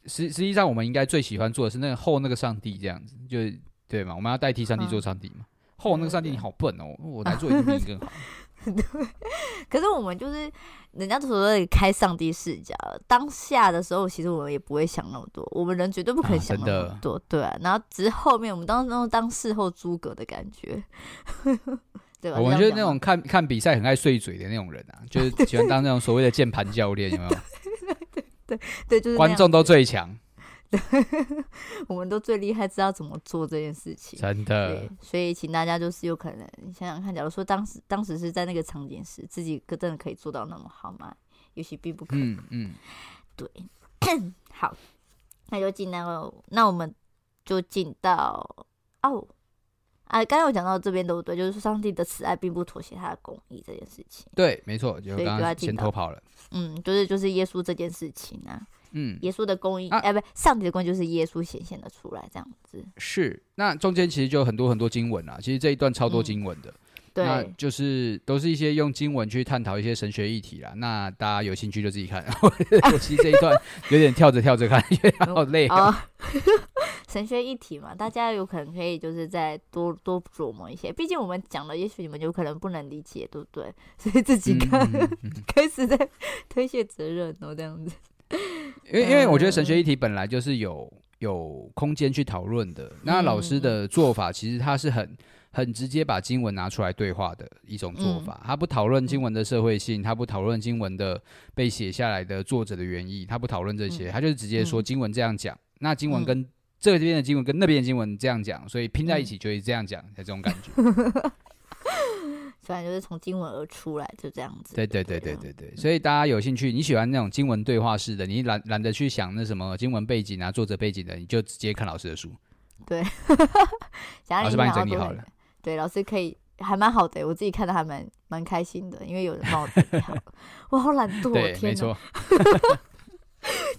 A: 实实际上我们应该最喜欢做的是那个后那个上帝这样子，就是对嘛，我们要代替
C: 嗯
A: 上帝做上帝嘛。后那个上帝你好笨哦，我来做一定比你更好。
C: 可是我们就是人家所谓的开上帝视角，当下的时候，其实我们也不会想那么多，我们人绝对不可以
A: 啊
C: 想
A: 真
C: 那
A: 的
C: 么多，对啊。然后只是后面我们当那种当事后诸葛的感觉， 对吧？
A: 我们就
C: 这
A: 是
C: 样
A: 那
C: 讲吗
A: 种看看比赛很爱碎嘴的那种人啊，就是喜欢当那种所谓的键盘教练，有 没有？
C: 对，就是那
A: 观
C: 样
A: 众都
C: 子
A: 最强，
C: 我们都最厉害，知道怎么做这件事情。
A: 真
C: 对
A: 的。，
C: 所以请大家就是有可能想想看，假如说当时当时是在那个场景时，自己可真的可以做到那么好吗？也许并不可能。
A: 嗯嗯，
C: 好，那就进到，那我们就进到哦，啊，刚刚有讲到这边对不对？就是上帝的慈爱并不妥协他的公义这件事情，
A: 对，没错，就
C: 所以
A: 刚
C: 就要
A: 刚
C: 进
A: 先
C: 到
A: 偷跑了。
C: 嗯，就是就是耶稣这件事情啊，
A: 嗯，
C: 耶稣的公义，
A: 啊
C: 哎、不，上帝的公义就是耶稣显现的出来这样子，
A: 是。那中间其实就有很多很多经文啊，其实这一段超多
C: 嗯
A: 经文的，那
C: 对，
A: 就是都是一些用经文去探讨一些神学议题啦。那大家有兴趣就自己看。 我我其实这一段有点跳着跳着看，因 为好累啊。
C: 哦， 神学一体嘛，大家有可能可以就是再多多琢磨一些，毕竟我们讲了，也许你们有可能不能理解，对不对？所以自己看，
A: 嗯嗯嗯
C: 开 始在推卸责任哦，这样子。
A: 因为因为我觉得神学议题本来就是有有空间去讨论的。那老师的做法其实他是很很直接把经文拿出来对话的一种做法，他不讨论经文的社会性，他不讨论经文的被写下来的作者的原意，他不讨论这些，
C: 嗯
A: 他就是直接说
C: 嗯
A: 经文这样讲，那经文跟。这边的经文跟那边的经文这样讲，所以拼在一起就是这样讲，才这种感觉。
C: 反正就是从经文而出来，就这样 子。啊
A: 对对对对对对，所以大家有兴趣，你喜欢那种经文对话式的，你懒懒得去想那什么经文背景啊、作者背景的，你就直接看老师的书。
C: 对，想
A: 老
C: 要你
A: 师
C: 影
A: 帮你
C: 响到
A: 整理
C: 多
A: 好
C: 少
A: 了
C: 人。对，老师可以还蛮好的，我自己看的还蛮蛮开心的，因为有人帮我整理好了。我好懒惰、哦，
A: 对，
C: 天
A: 没
C: 哪！
A: 错，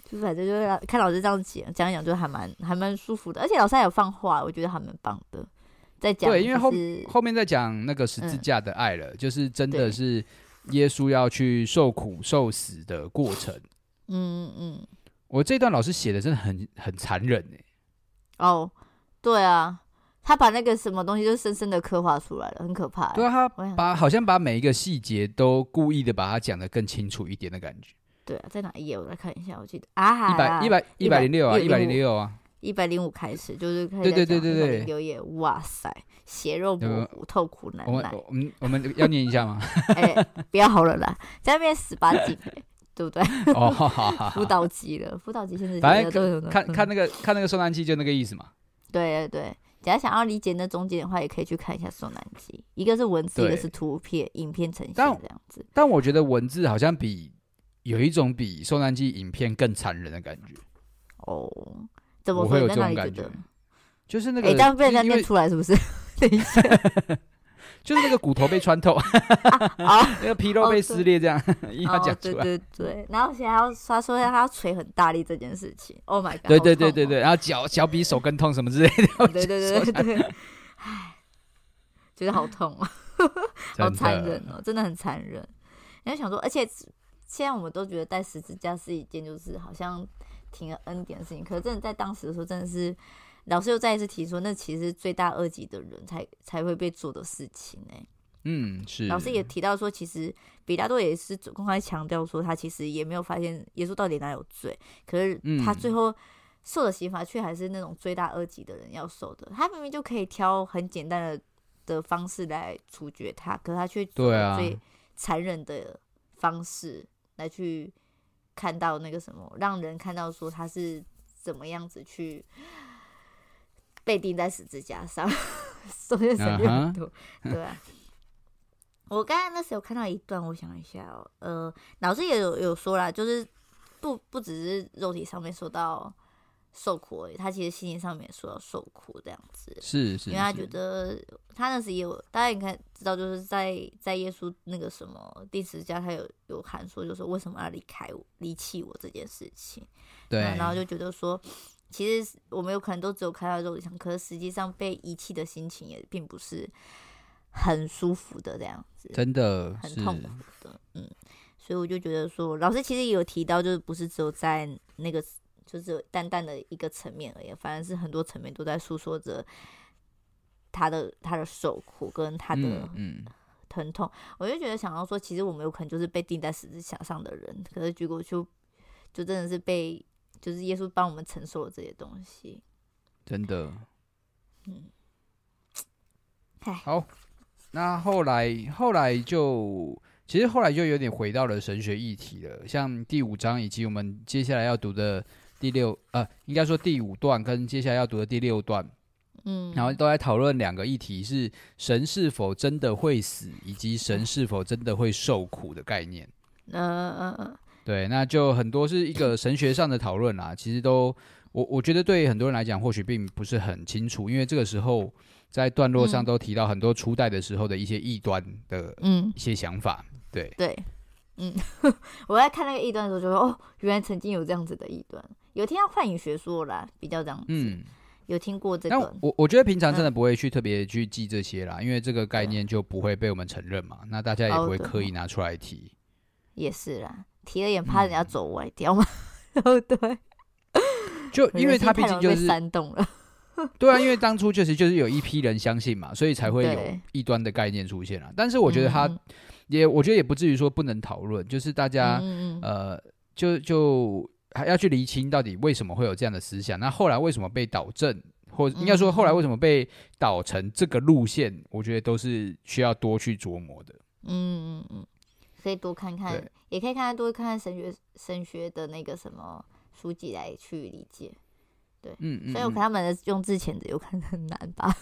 C: 就是反正就是看老师这样讲讲一讲，就还蛮还蛮舒服的，而且老师还有放话，我觉得还蛮棒的。在讲、就
A: 对因为后
C: 是
A: 后面再讲那个十字架的爱了，就是真的
C: 嗯对
A: 是耶稣要去受苦受死的过程。
C: 嗯嗯
A: 我这段老师写的真的很很残忍哎、
C: 哦，对啊，他把那个什么东西就深深的刻画出来了，很可怕欸。
A: 对啊，
C: 我
A: 他
C: 想
A: 把好像把每一个细节都故意的把它讲得更清楚一点的感觉。
C: 对啊，在哪一页？我来看一下，我记得啊，
A: 一百一百一百零六啊，一百零六啊，
C: 一百零五开始，就是开始
A: 对对
C: 在
A: 对
C: 讲
A: 对对
C: 106页，哇塞，血肉
A: 有没
C: 模
A: 有
C: 糊，痛苦难
A: 我们
C: 耐。
A: 我们我们要念一下吗？
C: 哎、不要好了啦，在那边十八禁 欸，对不对？
A: 哦，好好好
C: 辅导级了，辅导级现在
A: 反
C: 觉得都有
A: 看看
C: 嗯
A: 那个看那个受难记就那个意思嘛。
C: 对对对。假如想要理解那中间的话，也可以去看一下《受难记》，一个是文字，一个
A: 对
C: 是图片、影片呈现
A: 但
C: 这样子。
A: 但我觉得文字好像比有一种比受难记影片更残忍的感觉，
C: 哦，怎么
A: 我
C: 说？
A: 会
C: 你
A: 有
C: 在
A: 这
C: 哪
A: 种
C: 里觉
A: 感觉
C: 得？。
A: 就是那个，
C: 哎、这样被人家
A: 因为
C: 念出来 是不是？等一下，
A: 就是那个骨头被穿透，
C: 啊，
A: 那个皮肉
C: 哦
A: 被
C: 对
A: 撕裂，这样 硬要
C: 哦
A: 讲，出
C: 对
A: 来。
C: 对对，然后现在还要他说他要捶很大力这件事情，Oh my god！
A: 对
C: 好
A: 对对
C: 痛
A: 对
C: 哦
A: 对，然后脚脚比手更痛什么之类的，
C: 对对对对对，唉，觉得好痛啊，好
A: 真
C: 残
A: 的
C: 忍哦，真的很残忍。你就想说，而且现在我们都觉得戴十字架是一件就是好像挺有恩典的事情，可是真的在当时的时候，真的是老师又再一次提说，那其实是罪大恶极的人才才会被做的事情哎、
A: 嗯，是
C: 老师也提到说，其实比拉多也是公开强调说，他其实也没有发现耶稣到底哪有罪，可是他
A: 嗯
C: 最后受的刑罚却还是那种罪大恶极的人要受的。他明明就可以挑很简单的的方式来处决他，可是他却
A: 对啊，
C: 最残忍的方式来去看到那个什么，让人看到说他是怎么样子去被钉在十字架上， 中间
A: 啊
C: 省略很多，对啊。我刚刚那时候有看到一段，我想一下哦，呃，老师也有有说啦，就是不不只是肉体上面受到受苦而已，他其实心灵上面也受到受苦这样子。
A: 是是，
C: 因为他
A: 是
C: 觉得他那时也有，大家应该知道，就是在在耶稣那个什么第十家，他有有喊说，就是为什么要离开我、离弃我这件事情。
A: 对，
C: 嗯然后就觉得说，其实我们有可能都只有看到肉体上，可是实际上被遗弃的心情也并不是很舒服的这样子。
A: 真的
C: 很
A: 是
C: 痛苦的，嗯，所以我就觉得说，老师其实也有提到，就是不是只有在那个，就只有淡淡的一个层面而已，反而是很多层面都在诉说着他的他的受苦跟他的
A: 嗯嗯
C: 疼痛。我就觉得想要说，其实我们有可能就是被钉在十字架上的人，可是结果就就真的是被，就是耶稣帮我们承受了这些东西，
A: 真的。
C: 嗯，唉，
A: 那后来后来就其实后来就有点回到了神学议题了，像第五章以及我们接下来要读的第六呃，应该说第五段跟接下来要读的第六段，
C: 嗯，
A: 然后都在讨论两个议题是神是否真的会死，以及神是否真的会受苦的概念。
C: 嗯嗯嗯
A: 对，那就很多是一个神学上的讨论啦。其实都，我我觉得对很多人来讲，或许并不是很清楚，因为这个时候在段落上
C: 嗯
A: 都提到很多初代的时候的一些异端的
C: 嗯。
A: 一些想法。对，
C: 对，嗯， 我在看那个异端的时候，就说哦，原来曾经有这样子的异端，有听到幻影学说啦，比较这样子，
A: 嗯，
C: 有听过这
A: 那
C: 个，
A: 我我觉得平常真的不会去特别去记这些啦，因为这个概念就不会被我们承认嘛，那大家也
C: 哦
A: 不会
C: 对
A: 刻意拿出来提。
C: 也是啦，提了也怕人家走歪 掉嘛，哦对，
A: 就嗯因为
C: 人心
A: 它毕
C: 太
A: 竟
C: 容易
A: 就
C: 被
A: 是
C: 煽动了，
A: 对啊，因为当初确实就是有一批人相信嘛，所以才会有
C: 对
A: 异端的概念出现啊。但是我觉得他
C: 嗯
A: 也，我觉得也不至于说不能讨论，就是大家、
C: 嗯嗯嗯
A: 呃，就就还要去厘清到底为什么会有这样的思想，那后来为什么被导正，或
C: 嗯
A: 应该说后来为什么被导成这个路线，我觉得都是需要多去琢磨的。
C: 嗯嗯嗯，可以多看看
A: 对，
C: 也可以看看多看看神学神学的那个什么书籍来去理解，
A: 嗯嗯
C: 虽然我看
A: 嗯，
C: 他们的用字遣词有可能很难吧，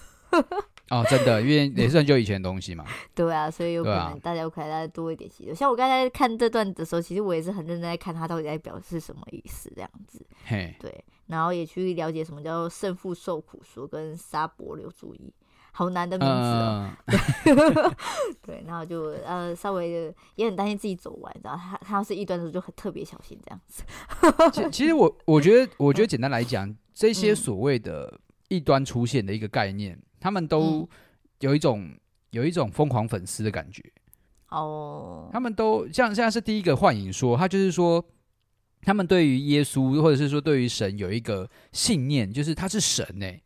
A: 哦，真的，因为也是很久以前的东西嘛。
C: 对 啊，所以有可
A: 对啊
C: 能大家有可能大家多一点吸收。像我刚才看这段的时候，其实我也是很认真在看他到底在表示什么意思，这样子。
A: 嘿，
C: 对，然后也去了解什么叫胜负受苦说跟沙伯留主义，好难的名字哦。
A: 嗯，
C: 对，然后就呃稍微的也很担心自己走完，然后他他要是异端的时候就很特别小心这样子。
A: 其其实我 我觉得，我觉得简单来讲，这
C: 嗯
A: 些所谓的异端出现的一个概念，他们都
C: 嗯
A: 有一种有一种疯狂粉丝的感觉。
C: 哦，
A: 他们都像现在是第一个幻影说，他就是说，他们对于耶稣或者是说对于神有一个信念，就是他是神哎、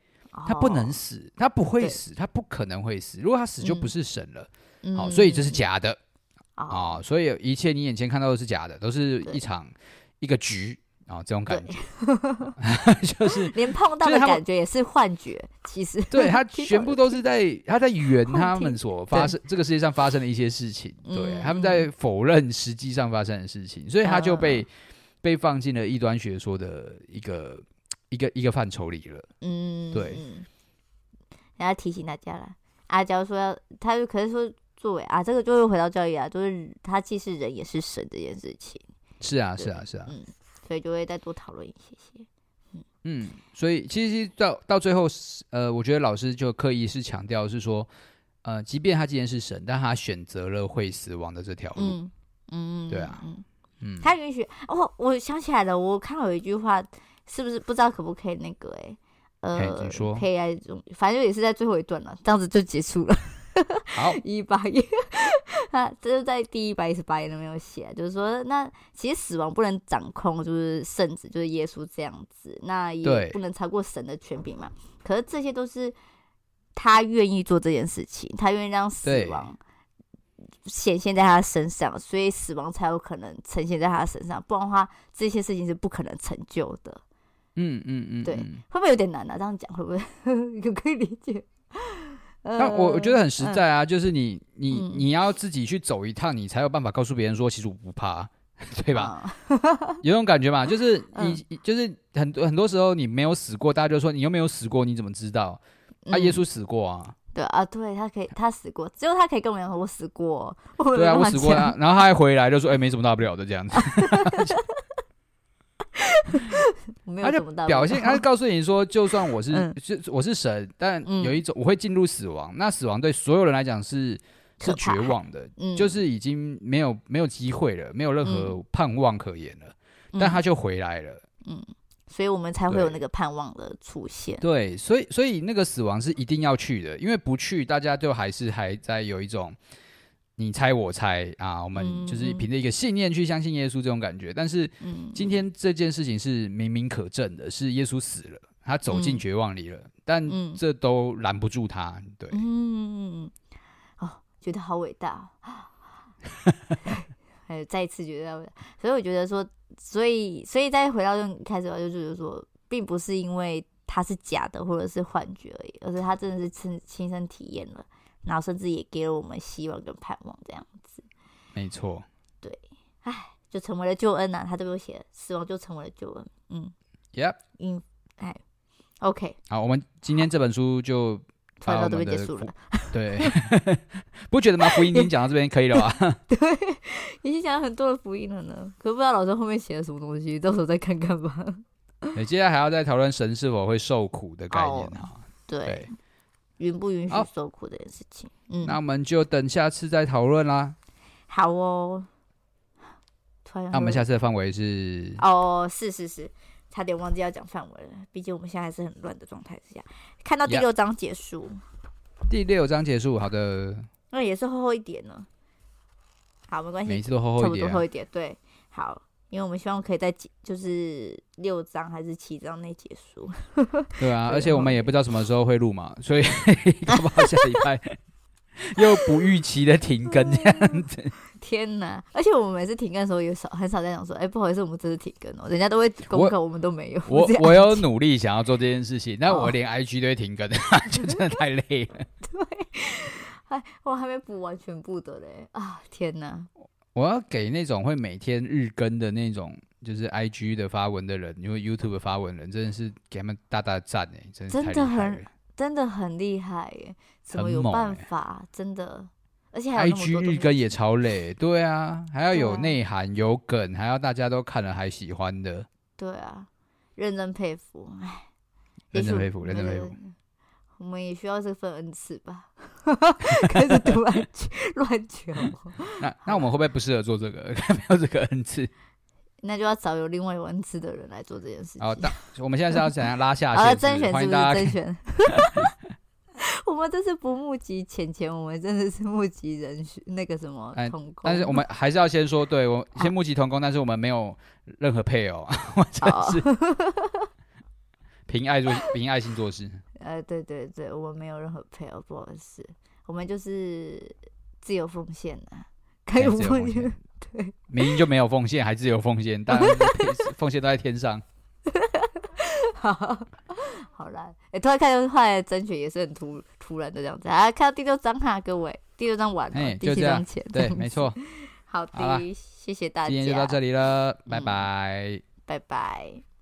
A: 他不能
C: 哦，
A: 死，他不会
C: 对
A: 死，他不可能会死。如果他死就
C: 嗯
A: 不是神了，好，所以这是假的
C: 嗯
A: 啊、所以一切你眼前看到的是假的，都是一
C: 对
A: 场一个局啊、这种感
C: 对
A: 觉，就是
C: 连碰到
A: 就是
C: 的
A: 他们
C: 感觉也是幻觉，其实
A: 对他
C: 听懂
A: 全部
C: 了
A: 都是在他在圆
C: 幻
A: 他
C: 听
A: 们所发
C: 对
A: 生这个世界上发生的一些事情，对，
C: 嗯
A: 他们在否认实际上发生的事情，所以他就
C: 嗯
A: 被、被放进了异端学说的一个一个一个范畴里了。
C: 嗯，
A: 对
C: 嗯，然后提醒大家了。阿娇说要，他就可是说作为啊，这个就又回到教育啊，就是他既是人也是神这件事情，
A: 是啊，是
C: 对
A: 啊，是啊，
C: 嗯，所以就会再多讨论一些些。
A: 嗯，所以其实到到最后是，呃，我觉得老师就刻意是强调是说，呃，即便他既然是神，但他选择了会死亡的这条路，
C: 嗯嗯，
A: 对啊
C: 嗯，
A: 嗯，
C: 他允许哦，我想起来了，我看到有一句话，是不是不知道可不可以那个哎、
A: 嘿
C: 呃
A: 请，说
C: 可以来中，反正也是在最后一段了，这样子就结束了。
A: 好，
C: 一八页， 啊，这就在第一百一十八页那边有写，就是说，那其实死亡不能掌控，就是圣子，就是耶稣这样子，那
A: 对
C: 也不能超过神的权柄嘛。可是这些都是他愿意做这件事情，他愿意让死
A: 对
C: 亡显现在他身上，所以死亡才有可能呈现在他身上，不然的话，这些事情是不可能成就的。
A: 嗯嗯嗯，
C: 对
A: 嗯
C: 会不会有点难啊？这样讲会不会 有可以理解？
A: 但我我觉得很实
C: 嗯
A: 在啊，就是你你、
C: 嗯
A: 你要自己去走一趟，你才有办法告诉别人说，其实我不怕，啊 对吧？啊
C: 嗯
A: 有种感觉嘛，就是
C: 嗯
A: 你、就是很多很多时候你没有死过，大家就说你又没有死过，你怎么知道？啊，耶
C: 嗯
A: 稣死过啊，
C: 对啊，对他可以，他死过，只有他可以跟我们讲我死过，我没
A: 对啊，
C: 办
A: 我
C: 法
A: 死过
C: 讲
A: 啊，然后他还回来就说，哎、没什么大不了的这样子，
C: 我没有
A: 他
C: 什
A: 就
C: 么大不
A: 表
C: 了
A: 现，他就告诉你说，就算我是、
C: 嗯
A: 就我是神，但
C: 嗯
A: 有一种我会进入死亡，那死亡对所有人来讲是是
C: 可
A: 绝
C: 怕
A: 望的，
C: 嗯
A: 就是已经没有没有机会了，没有任何盼望可言了，但他
C: 嗯
A: 就回来了。
C: 所以我们才会有
A: 对
C: 那个盼望的出现。
A: 对，所以所以那个死亡是一定要去的，因为不去，大家就还是还在有一种你猜我猜啊，我们就是
C: 嗯嗯
A: 凭着一个信念去相信耶稣这种感觉。但是
C: 嗯，
A: 今天这件事情是明明可证的，是耶稣死了，他走进
C: 嗯
A: 绝望里了，但
C: 嗯
A: 这都拦不住他。对，
C: 嗯，哦，觉得好伟大哦，还有 再一次觉得，所以我觉得说，所以所以再回到就开始吧，就是说，并不是因为它是假的或者是幻觉而已，而是他真的是亲亲身体验了，然后甚至也给了我们希望跟盼望，这样子。
A: 没错，
C: 就成为了救恩呐、啊他这边有写死亡就成为了救恩。嗯
A: Yep，
C: 嗯，哎，OK，
A: 好，我们今天这本书就
C: 突然
A: 把
C: 到
A: 我
C: 这
A: 们
C: 边
A: 的
C: 结束
A: 福
C: 了，
A: 对， 不觉得吗？福音已经讲到这边可以了 吧？
C: 已经讲了很多的福音了呢，可不知道老师后面写了什么东西，到时候再看看吧。
A: 对，接下来还要再讨论神是否会受苦的概念
C: 哦
A: 哈。
C: 对
A: 对，，
C: 允不允许
A: 好
C: 受苦这件事情，嗯，
A: 那我们就等下次再讨论啦。
C: 好哦。突然有很多，
A: 那我们下次的范围是，
C: 哦，是是是，差点忘记要讲范围了，毕竟我们现在还是很乱的状态之下，看到第
A: Yeah
C: 六章结束，
A: 第六章结束。好的，
C: 那、也是厚厚一点呢。好，没关系
A: 每一，次都厚
C: 哎差
A: 厚
C: 不
A: 一
C: 多
A: 点啊、
C: 厚一点，对，好，因为我们希望可以在几就是六章还是七章内结 束。
A: 对啊。
C: 对
A: 而且我
C: 厚
A: 们
C: 一
A: 也
C: 点
A: 不知道什么时候会录嘛，所以 搞不好下礼 拜又不预期的停更这 样子。
C: 啊天哪！而且我们每次停更的时候也少很少在讲说，哎、不好意思，我们这次停更哦，人家都会公 告，我们都没有。
A: 我
C: 这样
A: 我有努力想要做这件事情，但
C: 哦
A: 我连 IG 都会停更， 就真的太累了。
C: 哎，我还没补完全部的嘞啊！天哪，
A: 我要给那种会每天日更的那种，就是 I G 的发文的人，因为 YouTube 的发文人，真的是给他们大大的赞哎、真的是太
C: 真的
A: 厉害
C: 很
A: 了
C: 真的很厉害耶，怎么
A: 很
C: 有
A: 猛
C: 办
A: 耶
C: 法？真的，而且还有那么
A: IG
C: 多东
A: 日
C: 西
A: 更也超累，对啊，还要
C: 对
A: 有
C: 啊
A: 内涵、有梗，还要大家都看了还喜欢的，
C: 对啊，认真佩服，哎，也
A: 认真
C: 许
A: 佩服，
C: 我
A: 认真
C: 们
A: 佩
C: 的
A: 服。。
C: 我们也需要这份恩赐吧， 开始突然去乱求，
A: 那那我们会不会不适合做这个？ 没有这个恩赐。
C: 那就要找有另外有恩赐的人来做这件事情。
A: 好，大我们现在是要怎样拉下
C: 好
A: 线
C: 了，
A: 制？
C: 甄选
A: 欢
C: 是
A: 迎
C: 不
A: 大
C: 是
A: 家
C: 甄选？我们这次不募集钱钱，我们真的是募集人选那个什么
A: 哎
C: 童工。
A: 但是我们还是要先说，对我先募集同工，但是我们没有任何配偶， 我真的是
C: 哦
A: 凭爱做凭爱心做事。
C: 呃，对对对，我们没有任何配偶，不好意思，我们就是自由奉献啊，可以
A: 哎
C: 有
A: 自由
C: 奉
A: 奉
C: 献
A: 献，
C: 对，
A: 明明就没有奉献，还自由奉献， 当然 奉献都在天上。
C: 好， 好啦，哎、突然看到后来的甄选也是很突突然的这样子啊，看到第六章哈，各位，第六章完了，
A: 哎
C: 第
A: 就
C: 七
A: 这样
C: 章前，这
A: 对，
C: 样
A: 没
C: 子。
A: 错。
C: 好
A: 好啦
C: 的，谢谢大家，
A: 今天就到这里了，拜
C: 嗯
A: 拜。
C: 拜拜。